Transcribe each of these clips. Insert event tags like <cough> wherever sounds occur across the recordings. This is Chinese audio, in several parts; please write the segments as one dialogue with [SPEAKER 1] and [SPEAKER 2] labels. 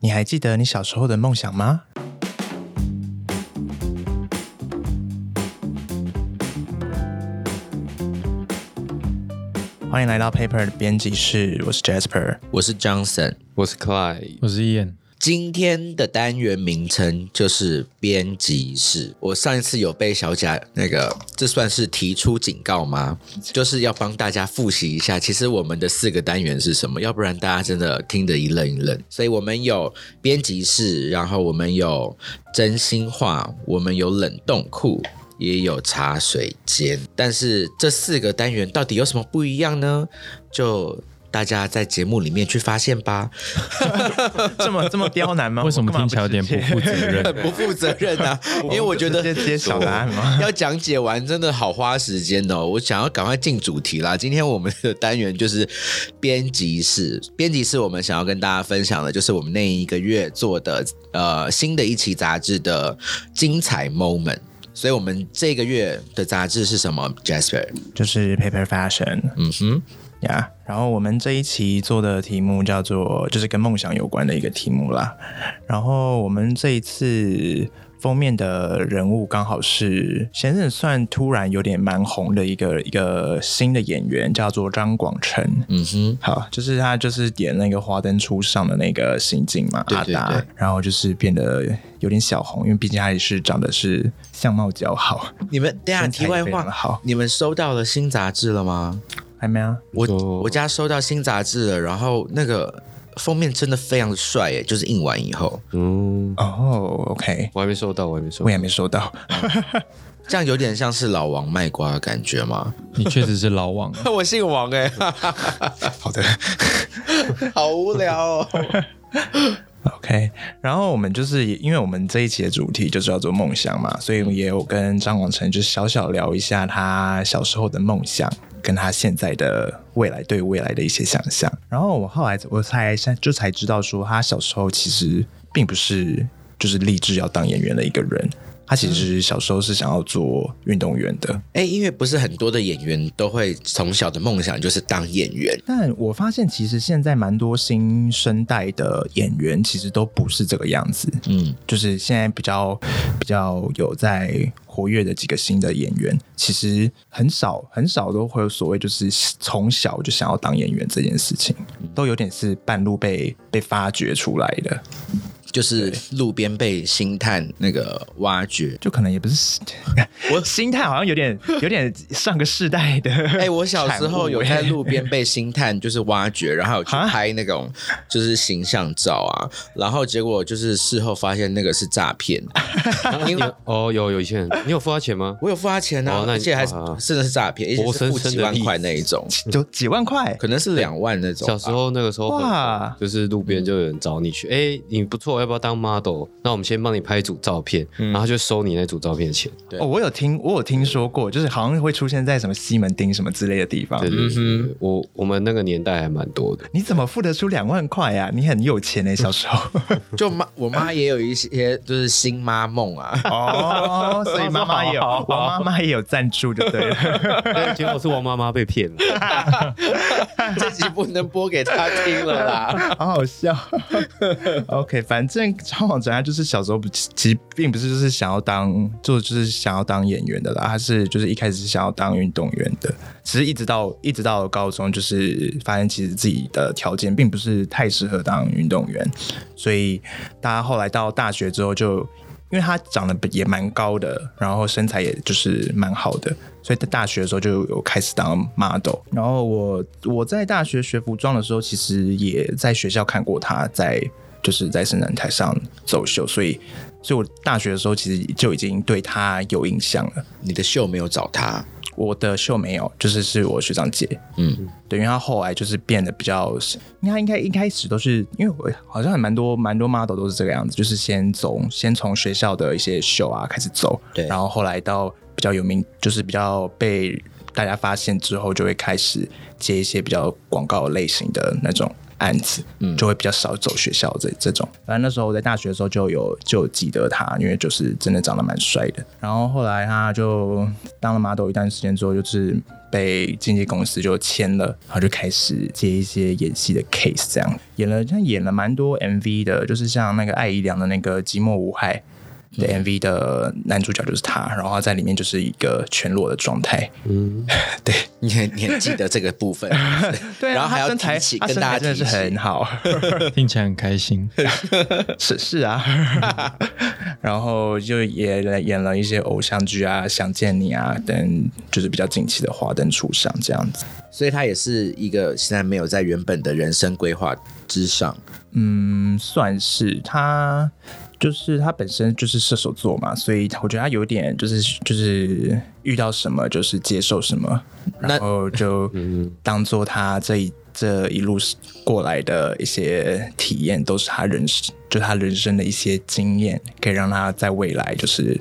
[SPEAKER 1] 你还记得你小时候的梦想吗？欢迎来到 Paper 的编辑室，我是 Jasper。
[SPEAKER 2] 我是 Johnson。
[SPEAKER 3] 我是 Clyde，
[SPEAKER 4] 我是燕，
[SPEAKER 2] 今天的单元名称就是编辑室。我上一次有被小贾那个，这算是提出警告吗？就是要帮大家复习一下，其实我们的四个单元是什么，要不然大家真的听得一愣一愣。所以我们有编辑室，然后我们有真心话，我们有冷冻库。也有茶水间，但是这四个单元到底有什么不一样呢？就大家在节目里面去发现吧。
[SPEAKER 1] 这么这么刁难
[SPEAKER 4] <laughs>
[SPEAKER 1] 吗？
[SPEAKER 4] 为什么
[SPEAKER 1] 我干嘛
[SPEAKER 4] 听起来有点
[SPEAKER 1] 直接
[SPEAKER 4] 不负责
[SPEAKER 1] <laughs>
[SPEAKER 4] 任？
[SPEAKER 2] 很不负责任啊，因为我觉得
[SPEAKER 1] 直接揭晓答案吗？
[SPEAKER 2] 要讲解完真的好花时间哦。我想要赶快进主题啦。今天我们的单元就是编辑室，编辑室我们想要跟大家分享的就是我们那一个月做的呃新的一期杂志的精彩 moment。所以我们这个月的杂志是什么，Jasper？
[SPEAKER 1] 就是 Paper Fashion
[SPEAKER 2] 嗯哼，
[SPEAKER 1] 呀。然后我们这一期做的题目叫做，就是跟梦想有关的一个题目啦。然后我们这一次封面的人物刚好是先生，算突然有点蛮红的一个一个新的演员，叫做张广成。
[SPEAKER 2] 嗯哼，
[SPEAKER 1] 好，就是他就是演那个《华灯初上》的那个刑警嘛，
[SPEAKER 2] 对对
[SPEAKER 1] 阿达
[SPEAKER 2] 对，
[SPEAKER 1] 然后就是变得有点小红，因为毕竟他也是长得是相貌姣好，
[SPEAKER 2] 你们等一下
[SPEAKER 1] 身材
[SPEAKER 2] 题外
[SPEAKER 1] 非常
[SPEAKER 2] 话，
[SPEAKER 1] 好，
[SPEAKER 2] 你们收到了新杂志了吗？
[SPEAKER 1] 还没啊？
[SPEAKER 2] 我
[SPEAKER 3] 说
[SPEAKER 2] 我家收到新杂志了，然后那个封面真的非常帅耶，就是印完以后，
[SPEAKER 3] 嗯，
[SPEAKER 1] 哦、o k
[SPEAKER 3] 我还没收到，我还没收
[SPEAKER 1] 我
[SPEAKER 3] 到
[SPEAKER 1] 也。没收到，
[SPEAKER 2] 这样有点像是老王卖瓜的感觉吗？
[SPEAKER 4] 你确实是老王，
[SPEAKER 2] <laughs> 我姓王 <laughs> 哎，
[SPEAKER 1] 好的。
[SPEAKER 2] <laughs> 好无聊哦。 <laughs>
[SPEAKER 1] OK，然后我们就是也因为我们这一期的主题就叫做梦想嘛，所以也有跟张广成就小小聊一下他小时候的梦想，跟他现在的未来对未来的一些想象。然后我后来我才就才知道说，他小时候其实并不是就是立志要当演员的一个人，他其实小时候是想要做运动员的。
[SPEAKER 2] 哎，因为不是很多的演员都会从小的梦想就是当演员，
[SPEAKER 1] 但我发现其实现在蛮多新生代的演员其实都不是这个样子，
[SPEAKER 2] 嗯，
[SPEAKER 1] 就是现在比较比较有在活跃的几个新的演员，其实很少很少都会有所谓就是从小就想要当演员这件事情，
[SPEAKER 2] 嗯
[SPEAKER 1] 都有点是半路被被发掘出来的，
[SPEAKER 2] 就是路边被星探那个挖掘。
[SPEAKER 1] 就可能也不
[SPEAKER 2] <laughs>
[SPEAKER 1] 是我心态好像有点有点上个世代的产物。
[SPEAKER 2] 哎、我小时候
[SPEAKER 3] 欸
[SPEAKER 2] 有在路边被星探就是挖掘，然后有去
[SPEAKER 3] 啊
[SPEAKER 2] 拍那种就是形象照啊，然后结果就是事后发现那个是诈骗，因为
[SPEAKER 3] 哦，有有一些人，你有付他钱 <laughs> 吗？
[SPEAKER 2] 我有付他钱啊
[SPEAKER 3] 哦，那
[SPEAKER 2] 而
[SPEAKER 3] 你
[SPEAKER 2] 且还是
[SPEAKER 3] 啊啊
[SPEAKER 2] 真的是诈骗，而且
[SPEAKER 3] 活
[SPEAKER 2] 是
[SPEAKER 3] 生
[SPEAKER 2] 付
[SPEAKER 3] 生
[SPEAKER 2] 几
[SPEAKER 3] 的
[SPEAKER 2] 万
[SPEAKER 3] 例
[SPEAKER 2] 块
[SPEAKER 3] 子
[SPEAKER 2] 那一种，
[SPEAKER 1] 就几万块，
[SPEAKER 2] 可能是两万那种吧。啊
[SPEAKER 3] 小时候那个时候会有
[SPEAKER 1] 哇
[SPEAKER 3] 就是路边就有人找你去，哎，你不错，要不要当 model？那我们先帮你拍一组照片，然后他就收你那组照片的钱。
[SPEAKER 2] 对
[SPEAKER 1] 哦，我有听，我有听说过，就是好像会出现在什么西门町什么之类的地方
[SPEAKER 3] 对。对对对，对我我们那个年代还蛮多 <laughs> 的。
[SPEAKER 1] 你怎么付得出两万块呀、你很有钱呢、小时候。
[SPEAKER 2] 就妈，我妈也有一些就是新妈梦
[SPEAKER 1] <laughs>
[SPEAKER 2] 啊，<laughs>
[SPEAKER 1] 哦，所以妈妈 <laughs> 也有，
[SPEAKER 3] 好好
[SPEAKER 1] 我妈妈也有赞助，就对了。
[SPEAKER 3] 但结果是王妈妈被骗了。
[SPEAKER 2] 这集不能播给她听了啦。
[SPEAKER 1] 好好笑。OK，反正张广成他就是小时候不，其实并不是就是想要当，就就是想要当演员的啦。他是就是一开始是想要当运动员的，其实一直到一直到高中，就是发现其实自己的条件并不是太适合当运动员，所以大家后来到大学之后就。因为他长得也蛮高的，然后身材也就是蛮好的，所以在大学的时候就有开始当 model。然后我我在大学学服装的时候，其实也在学校看过他在就是在生产台上走秀，所以所以我大学的时候其实就已经对他有印象了。
[SPEAKER 2] 你的秀没有找她，
[SPEAKER 1] 我的秀没有，就是是我学长姐，
[SPEAKER 2] 嗯，
[SPEAKER 1] 对，因为他后来就是变得比较，因为他应该一开始都是，因为我好像还蛮多蛮多 model 都是这个样子，就是先从先从学校的一些秀啊开始走，
[SPEAKER 2] 对
[SPEAKER 1] 然后后来到比较有名，就是比较被大家发现之后，就会开始接一些比较广告类型的那种案子，
[SPEAKER 2] 嗯
[SPEAKER 1] 就会比较少走学校这这种。反正那时候我在大学的时候就有就有记得他，因为就是真的长得蛮帅的。然后后来他就当了 model 一段时间之后，就是被经纪公司就签了，然后就开始接一些演戏的 case，这样演了像演了蛮多 MV 的，就是像那个艾怡良的那个《寂寞无害》。的 MV 的男主角就是他，然后他在里面就是一个全裸的状态，
[SPEAKER 2] 你很你很记得这个部
[SPEAKER 3] <laughs>
[SPEAKER 2] 分，
[SPEAKER 1] 对啊，
[SPEAKER 2] 然后还
[SPEAKER 1] 他
[SPEAKER 2] 要
[SPEAKER 1] 身材，
[SPEAKER 2] 提起
[SPEAKER 1] 他
[SPEAKER 2] 跟
[SPEAKER 1] 身
[SPEAKER 2] 大
[SPEAKER 1] 材
[SPEAKER 2] 家
[SPEAKER 1] 真的
[SPEAKER 2] 提
[SPEAKER 1] 是
[SPEAKER 2] 起
[SPEAKER 1] 很，好，
[SPEAKER 4] 听起来很开心。
[SPEAKER 1] 是是啊， <laughs> 然后就也演了一些偶像剧啊，《想见你》啊等，就是比较近期的《华灯初上》这样子。
[SPEAKER 2] 所以他也是一个现在没有在原本的人生规划之上，
[SPEAKER 1] 嗯，算是他，就是他本身就是射手座嘛，所以我觉得他有点就是就是遇到什么就是接受什么，
[SPEAKER 2] 那
[SPEAKER 1] 然后就当做他这一这一路过来的一些体验，都是他人生就他人生的一些经验，可以让他在未来就是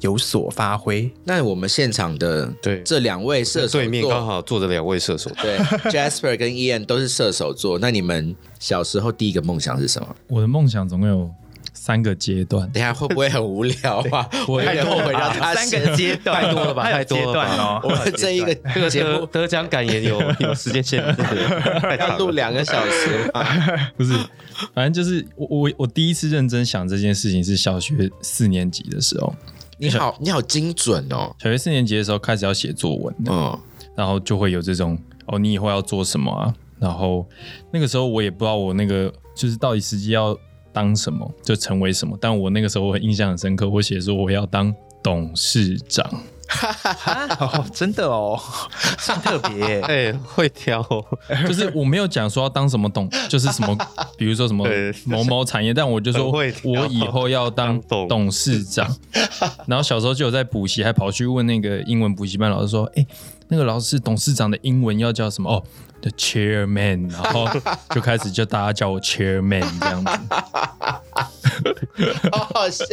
[SPEAKER 1] 有所发挥。
[SPEAKER 2] 那我们现场的
[SPEAKER 3] 对
[SPEAKER 2] 这两位射手座
[SPEAKER 3] 对面刚好坐着两位射手，
[SPEAKER 2] 对 Jasper 跟 Ian 都是射手座，那你们小时候第一个梦想是什么？
[SPEAKER 4] 我的梦想总共有三个阶段，
[SPEAKER 2] 等一下会不会很无聊啊？我有点后悔让
[SPEAKER 1] <laughs>
[SPEAKER 2] 他
[SPEAKER 1] 三个阶段，
[SPEAKER 3] 太多了吧
[SPEAKER 1] 还有
[SPEAKER 3] 太多了
[SPEAKER 1] 阶段
[SPEAKER 3] 吧
[SPEAKER 1] 哦，
[SPEAKER 2] 我们这一个
[SPEAKER 3] 这个
[SPEAKER 2] 节
[SPEAKER 3] 得
[SPEAKER 2] 目
[SPEAKER 3] 得奖感言有有时间限制， <laughs> 太
[SPEAKER 2] 要
[SPEAKER 3] 长
[SPEAKER 2] 录
[SPEAKER 3] 了。。
[SPEAKER 2] 两个小时吗？
[SPEAKER 4] 不是，反正就是我我我第一次认真想这件事情是小学四年级的时候，
[SPEAKER 2] 你好，你好精准哦。
[SPEAKER 4] 小学四年级的时候开始要写作文了，
[SPEAKER 2] 嗯，
[SPEAKER 4] 然后就会有这种哦，你以后要做什么啊？然后那个时候我也不知道我那个就是到底实际要当什么，就成为什么。但我那个时候我印象很深刻，我写说我要当董事长。
[SPEAKER 1] 哦，真的哦，很特别
[SPEAKER 3] 哎，会挑哦，
[SPEAKER 2] <laughs>
[SPEAKER 4] 就是我没有讲说要当什么董， <laughs> 就是什么，比如说什么
[SPEAKER 3] 对
[SPEAKER 4] 某某产业，但我就说
[SPEAKER 3] 很会挑
[SPEAKER 4] 我以后要当
[SPEAKER 3] 当董
[SPEAKER 4] 董事长。
[SPEAKER 2] <laughs>
[SPEAKER 4] 然后小时候就有在补习，还跑去问那个英文补习班老师说：“哎、那个老师董事长的英文要叫什么？”哦，the chairman。然后就开始就大家叫我 chairman 这样子。
[SPEAKER 2] <laughs> 好好笑，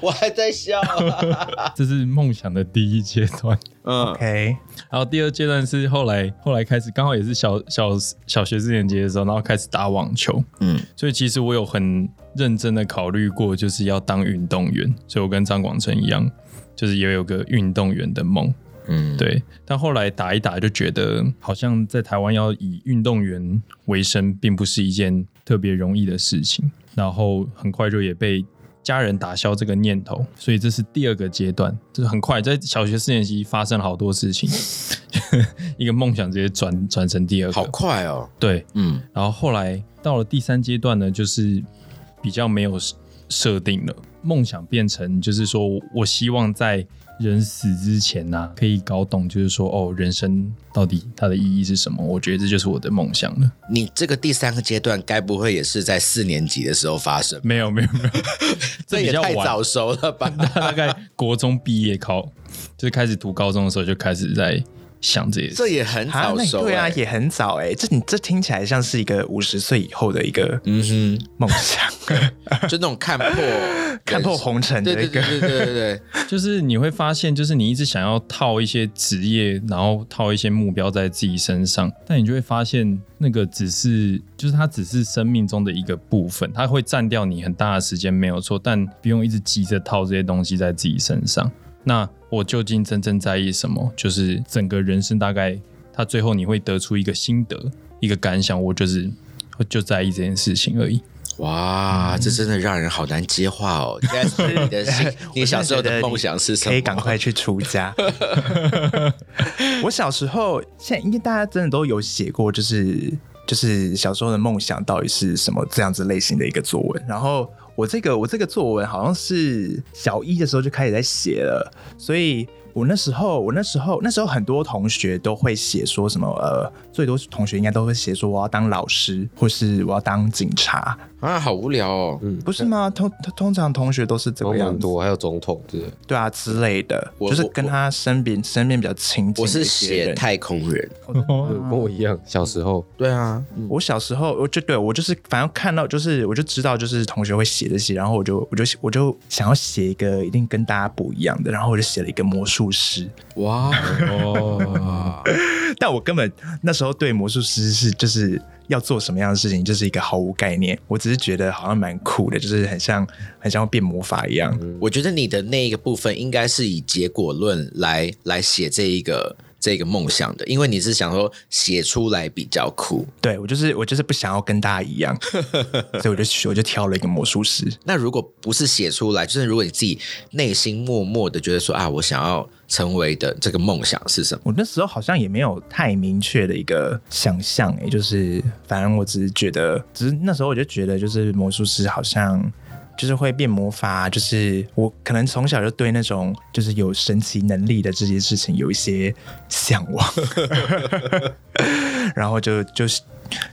[SPEAKER 2] 我还在笑。
[SPEAKER 4] <laughs> 这是梦想的第一阶段。
[SPEAKER 2] 嗯，
[SPEAKER 1] OK，
[SPEAKER 4] 然后第二阶段是后来后来开始，刚好也是小小小学四年级的时候，然后开始打网球。
[SPEAKER 2] 嗯，
[SPEAKER 4] 所以其实我有很认真的考虑过，就是要当运动员。所以我跟张广成一样，就是也有个运动员的梦。
[SPEAKER 2] 嗯，
[SPEAKER 4] 对，但后来打一打就觉得，好像在台湾要以运动员为生，并不是一件特别容易的事情。然后很快就也被家人打消这个念头，所以这是第二个阶段，就是很快在小学四年级发生了好多事情， <laughs> 一个梦想直接转转成第二
[SPEAKER 2] 好
[SPEAKER 4] 个，
[SPEAKER 2] 快哦。
[SPEAKER 4] 对，
[SPEAKER 2] 嗯，
[SPEAKER 4] 然后后来到了第三阶段呢，就是比较没有设设定了，梦想变成就是说我希望在人死之前呢、可以搞懂，就是说哦，人生到底它的意义是什么？我觉得这就是我的梦想了。
[SPEAKER 2] 你这个第三个阶段，该不会也是在四年级的时候发生？
[SPEAKER 4] 没有，没有， <laughs> 没有，
[SPEAKER 2] 这
[SPEAKER 4] 比
[SPEAKER 2] 也
[SPEAKER 4] 较 <laughs>
[SPEAKER 2] 太
[SPEAKER 4] 晚
[SPEAKER 2] 早。熟
[SPEAKER 1] <laughs>
[SPEAKER 2] 了吧？
[SPEAKER 4] 大概国中毕业考，就是开始读高中的时候就开始在想这些事。
[SPEAKER 2] 这也很
[SPEAKER 1] 啊，
[SPEAKER 2] 早
[SPEAKER 1] 那
[SPEAKER 2] 熟、欸。
[SPEAKER 1] 对啊，也很早哎、这你这听起来像是一个五十岁以后的一个
[SPEAKER 2] 嗯哼。
[SPEAKER 1] 梦想，
[SPEAKER 2] 就那种看破
[SPEAKER 1] <laughs> 看破红尘
[SPEAKER 2] 对
[SPEAKER 1] 的
[SPEAKER 2] 对
[SPEAKER 1] 一
[SPEAKER 2] 对
[SPEAKER 1] 个。
[SPEAKER 2] 对对对对，
[SPEAKER 4] 就是你会发现，就是你一直想要套一些职业，然后套一些目标在自己身上，但你就会发现，那个只是就是它只是生命中的一个部分，它会占掉你很大的时间，没有错，但不用一直急着套这些东西在自己身上。那我究竟真正在意什么？就是整个人生大概，它最后你会得出一个心得，一个感想，我就是就在意这件事情而已。
[SPEAKER 2] 哇，这真的让人好难接
[SPEAKER 1] <laughs>
[SPEAKER 2] 话哦。Jasper，你的心， <laughs> 你小时候的梦想是什么？
[SPEAKER 1] 可以赶快去出家。 <laughs> 我小时候，现在应该大家真的都有写过，就是就是小时候的梦想到底是什么这样子类型的一个作文。然后我这个我这个作文好像是小一的时候就开始在写了，所以。我那时候，我那时候，那时候很多同学都会写说什么，呃，最多同学应该都会写说我要当老师，或是我要当警察，
[SPEAKER 2] 啊，好无聊哦。
[SPEAKER 1] 不是吗？通通常同学都是这
[SPEAKER 3] 毛
[SPEAKER 1] 个样
[SPEAKER 3] 很
[SPEAKER 1] 子。
[SPEAKER 3] 多，还有总统，对不对
[SPEAKER 1] 对啊之类的，
[SPEAKER 2] 我
[SPEAKER 1] 就是
[SPEAKER 2] 我
[SPEAKER 1] 跟他身边身边比较亲近
[SPEAKER 2] 我
[SPEAKER 1] 的一
[SPEAKER 2] 是
[SPEAKER 1] 些
[SPEAKER 2] 写
[SPEAKER 1] 人。
[SPEAKER 2] 太空人，
[SPEAKER 4] 嗯
[SPEAKER 3] 呃跟我一样，小时候
[SPEAKER 2] 对啊，
[SPEAKER 1] 我小时候，我就对我就是，反正看到就是，我就知道就是同学会写这些，然后我就我就我就想要写一个一定跟大家不一样的，然后我就写了一个魔术术师，
[SPEAKER 2] 哇，
[SPEAKER 4] 哦，
[SPEAKER 1] 但我根本那时候对魔术师是就是要做什么样的事情，就是一个毫无概念。我只是觉得好像蛮酷的，就是很像很像变魔法一样。
[SPEAKER 2] 我觉得你的那一个部分应该是以结果论来来写这一个这个梦想的，因为你是想说写出来比较酷。
[SPEAKER 1] 对我就是我就是不想要跟大家一
[SPEAKER 2] <laughs>
[SPEAKER 1] 样，所以我就我就挑了一个魔术师。
[SPEAKER 2] 那如果不是写出来，就是如果你自己内心默默的觉得说啊，我想要成为的这个梦想是什么？
[SPEAKER 1] 我那时候好像也没有太明确的一个想象，也就是反正我只是觉得，只是那时候我就觉得，就是魔术师好像就是会变魔法，啊就是我可能从小就对那种就是有神奇能力的这些事情有一些向往， <laughs> 然后就就是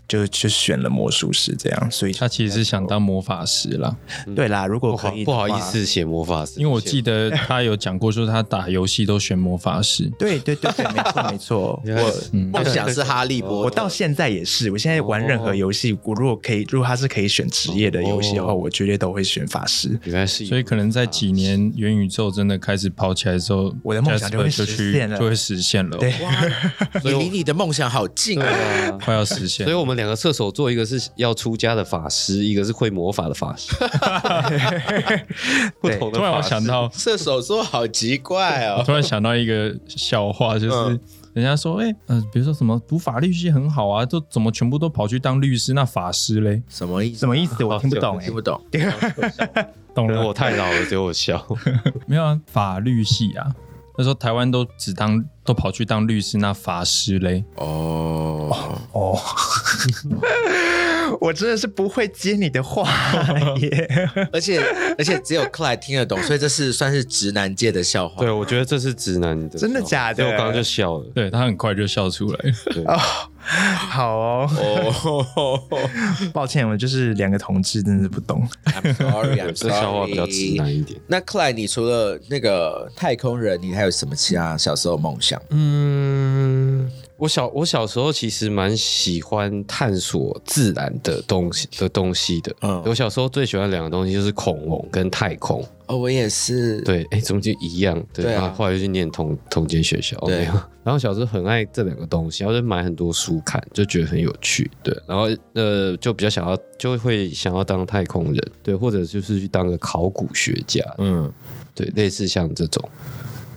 [SPEAKER 1] 就就选了魔术师这样，所以
[SPEAKER 4] <laughs> 他其实是想当魔法师啦，
[SPEAKER 1] 对啦，如果
[SPEAKER 3] 不好
[SPEAKER 1] 可以
[SPEAKER 3] 嗯不好
[SPEAKER 1] 的
[SPEAKER 3] 意
[SPEAKER 1] 话。
[SPEAKER 3] 思写魔法师，
[SPEAKER 4] 因为我记得他有讲过，说他打游戏都选魔
[SPEAKER 1] <laughs>
[SPEAKER 4] 法师。
[SPEAKER 1] 对对对对，没错没错，我
[SPEAKER 3] 嗯
[SPEAKER 2] 梦想是哈利波
[SPEAKER 1] 我
[SPEAKER 2] 特。
[SPEAKER 1] 到现在也是，我现在玩任何游戏，我如果可以，如果它是可以选职业的游戏的话，
[SPEAKER 3] 哦哦
[SPEAKER 1] 我绝对都会选法师。
[SPEAKER 3] 原来是有，
[SPEAKER 4] 所以可能在几年元宇宙真的开始跑起来之后，
[SPEAKER 1] 我的梦想就会
[SPEAKER 4] Jasper 就
[SPEAKER 1] 实现了
[SPEAKER 4] 去就会实现了，
[SPEAKER 1] 对
[SPEAKER 2] 你离你的梦想好近
[SPEAKER 3] 对
[SPEAKER 2] 啊！
[SPEAKER 3] 啊。
[SPEAKER 4] 快要实
[SPEAKER 1] <laughs>
[SPEAKER 4] 现
[SPEAKER 3] 所以。我们两个射手座，一个是要出家的法师，一个是会魔法的法
[SPEAKER 4] <laughs>
[SPEAKER 3] 师，不同的
[SPEAKER 4] 突然
[SPEAKER 3] 法
[SPEAKER 4] 我想
[SPEAKER 3] 师。
[SPEAKER 4] 到，
[SPEAKER 2] 射手座好奇怪
[SPEAKER 4] 我
[SPEAKER 2] 哦，
[SPEAKER 4] 突然想到一个笑话，就是
[SPEAKER 2] 嗯
[SPEAKER 4] 人家说，哎、嗯、比如说什么读法律系很好啊，都怎么全部都跑去当律师？那法师嘞？
[SPEAKER 2] 什么意思？
[SPEAKER 1] 什么意思？我听不懂哎、
[SPEAKER 2] 听不懂？
[SPEAKER 4] 懂
[SPEAKER 3] 可能
[SPEAKER 4] 了？
[SPEAKER 3] 我太老了，只有我
[SPEAKER 4] <laughs>
[SPEAKER 3] 笑。
[SPEAKER 4] 没有啊，法律系啊。那时候台湾都只当都跑去当律师，那法师嘞？
[SPEAKER 2] 哦，
[SPEAKER 1] 哦，我真的是不会接你的话耶。
[SPEAKER 2] 而且而且只有 Clyde 听
[SPEAKER 3] <laughs>
[SPEAKER 2] 得懂，所以这是算是直男界的笑话
[SPEAKER 3] 对，。我觉得这是直男的，
[SPEAKER 1] 真的假的
[SPEAKER 3] 所以我刚刚就笑了。
[SPEAKER 4] 对他很快就笑出来了。
[SPEAKER 3] 对，
[SPEAKER 1] <laughs> 好哦，
[SPEAKER 2] 哦
[SPEAKER 1] 抱歉，我就是两个同志，真的是不懂。
[SPEAKER 2] ，I'm sorry，I'm
[SPEAKER 3] <laughs> 这
[SPEAKER 2] sorry。
[SPEAKER 3] 笑话比较直男一点。
[SPEAKER 2] 那 Clyde，你除了那个太空人，你还有什么其他小时候梦想？
[SPEAKER 3] 嗯，我小我小时候其实蛮喜欢探索自然的东西的东西的。
[SPEAKER 2] 嗯
[SPEAKER 3] 嗯，我小时候最喜欢两个东西就是恐龙跟太空。
[SPEAKER 2] 哦，我也是。，
[SPEAKER 3] 对，哎，怎么就一样？对，
[SPEAKER 2] 对啊
[SPEAKER 3] 然后后来就去念同同间学校。
[SPEAKER 2] 对
[SPEAKER 3] 没有然后小时候很爱这两个东西，然后就买很多书看，就觉得很有趣。对，然后呃，就比较想要，就会想要当太空人，对，或者就是去当个考古学家，
[SPEAKER 2] 嗯，
[SPEAKER 3] 对，类似像这种，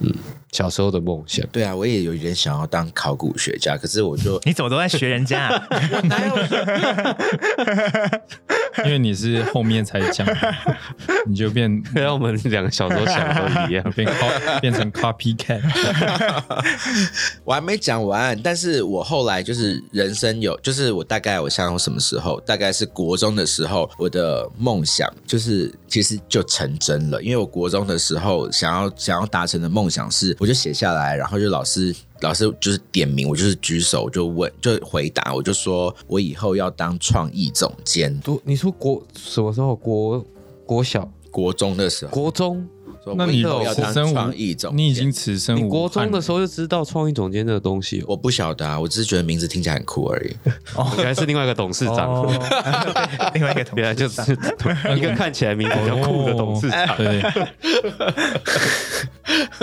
[SPEAKER 3] 嗯，小时候的梦想。
[SPEAKER 2] 对啊，我也有一点想要当考古学家，可是我就
[SPEAKER 1] 你怎么都在学人家、 <laughs> 啊？
[SPEAKER 2] 哪有？
[SPEAKER 4] 因为你是后面才讲，你就变。
[SPEAKER 3] 对啊，我们两个小时候想的都一样
[SPEAKER 4] <laughs> 变 co 变
[SPEAKER 3] <laughs>
[SPEAKER 4] 成 copycat。
[SPEAKER 2] 我还没讲完，但是我后来就是人生有，就是我大概我想我什么时候，大概是国中的时候，我的梦想就是其实就成真了，因为我国中的时候想要想要达成的梦想是，我就写下来，然后就老师。老师就是点名，我就是举手，我就问，就回答，我就说我以后要当创意总监。
[SPEAKER 3] 读你说国什么时候国国小
[SPEAKER 2] 国中的时候，
[SPEAKER 3] 国中，
[SPEAKER 2] 说
[SPEAKER 4] 那
[SPEAKER 2] 我
[SPEAKER 4] 你
[SPEAKER 2] 以后要
[SPEAKER 4] 此
[SPEAKER 2] 当
[SPEAKER 4] 生
[SPEAKER 2] 创意
[SPEAKER 4] 无，
[SPEAKER 2] 总
[SPEAKER 4] 你已
[SPEAKER 2] 监
[SPEAKER 4] 经此生
[SPEAKER 3] 你
[SPEAKER 4] 无
[SPEAKER 3] 国中
[SPEAKER 4] 憾
[SPEAKER 3] 的
[SPEAKER 4] 了
[SPEAKER 3] 时候就知道创意总监这个东嗯西哦，
[SPEAKER 2] 我不晓得啊，我只是觉得名字听起来很酷而
[SPEAKER 3] <laughs>
[SPEAKER 2] 已。
[SPEAKER 3] 我原来是另外一个董事长，
[SPEAKER 1] 哦， <laughs> 另外一个同
[SPEAKER 3] 原来
[SPEAKER 1] 志
[SPEAKER 3] 啊就是一 <laughs> 个看起来名字比较酷的董事长。
[SPEAKER 4] 哦
[SPEAKER 3] <laughs>
[SPEAKER 4] 对，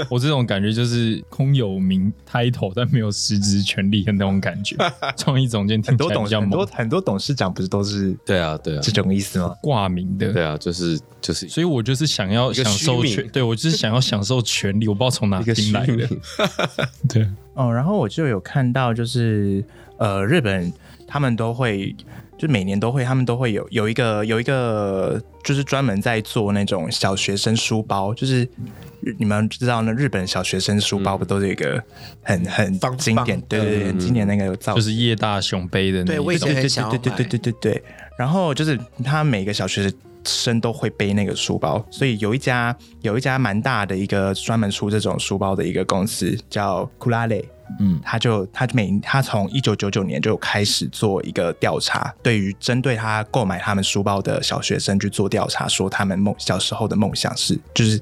[SPEAKER 4] 我这种感觉就是空有名 title 但没有实职权利的那种
[SPEAKER 3] <laughs>
[SPEAKER 4] 感觉。创意总监听
[SPEAKER 1] 很
[SPEAKER 4] 起
[SPEAKER 1] 多
[SPEAKER 4] 来
[SPEAKER 1] 董
[SPEAKER 4] 比较
[SPEAKER 1] 很多
[SPEAKER 4] 猛，
[SPEAKER 1] 很多董事长不是都是
[SPEAKER 3] 对啊，对啊，
[SPEAKER 1] 这种意思吗？
[SPEAKER 4] 挂名的。
[SPEAKER 3] 对啊，就是就是
[SPEAKER 4] 所以我就是想要
[SPEAKER 3] 一个
[SPEAKER 4] 享
[SPEAKER 3] 虚
[SPEAKER 4] 受
[SPEAKER 3] 名
[SPEAKER 4] 权，对我就是想要享受权利，我不知道从哪
[SPEAKER 3] 一个
[SPEAKER 4] 听来的。对，
[SPEAKER 1] 哦，然后我就有看到，就是呃，日本他们都会，就每年都会，他们都会有有一个有一个，就是专门在做那种小学生书包，就是日你们知道呢，日本小学生书包不都是有一个很很
[SPEAKER 2] 方
[SPEAKER 1] 经典，
[SPEAKER 2] 方嗯
[SPEAKER 1] 对对对，很经典那个造型，
[SPEAKER 4] 就是叶大雄杯的那
[SPEAKER 2] 对，我
[SPEAKER 4] 一
[SPEAKER 2] 以
[SPEAKER 4] 种
[SPEAKER 2] 前很想要
[SPEAKER 1] 对对对
[SPEAKER 2] 买
[SPEAKER 1] 对对对对。然后就是他每个小学生都会背那个书包，所以有一家有一家蛮大的一个专门出这种书包的一个公司叫库拉雷。
[SPEAKER 2] 嗯
[SPEAKER 1] 嗯，他就他每他从一九九九年就开始做一个调查，对于针对他购买他们书包的小学生去做调查，说他们梦小时候的梦想是就是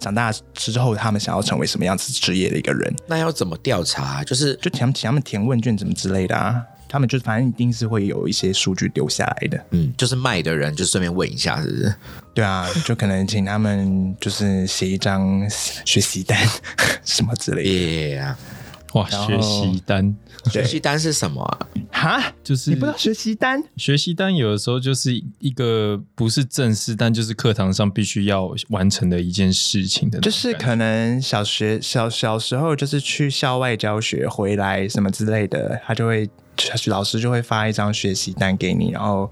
[SPEAKER 1] 长大之后他们想要成为什么样子职业的一个人，
[SPEAKER 2] 那要怎么调查？就是
[SPEAKER 1] 就请他们请他们填问卷怎么之类的啊。他们就反正一定是会有一些数据留下来的。
[SPEAKER 2] 嗯，就是卖的人就顺便问一下，是不是？
[SPEAKER 1] 对啊， <laughs> 就可能请他们就是写一张学习单 <laughs> 什么之类的。
[SPEAKER 2] 耶、yeah.，
[SPEAKER 4] 哇，
[SPEAKER 1] 然后
[SPEAKER 4] 学习单
[SPEAKER 2] 学习单是什么啊？
[SPEAKER 1] 哈，
[SPEAKER 4] 就是
[SPEAKER 1] 你不知道学习单？
[SPEAKER 4] 学习单有的时候就是一个不是正式，但就是课堂上必须要完成的一件事情的
[SPEAKER 1] 就
[SPEAKER 4] 那种感觉，
[SPEAKER 1] 是可能小学小小时候就是去校外教学回来什么之类的，他就会老师就会发一张学习单给你，然后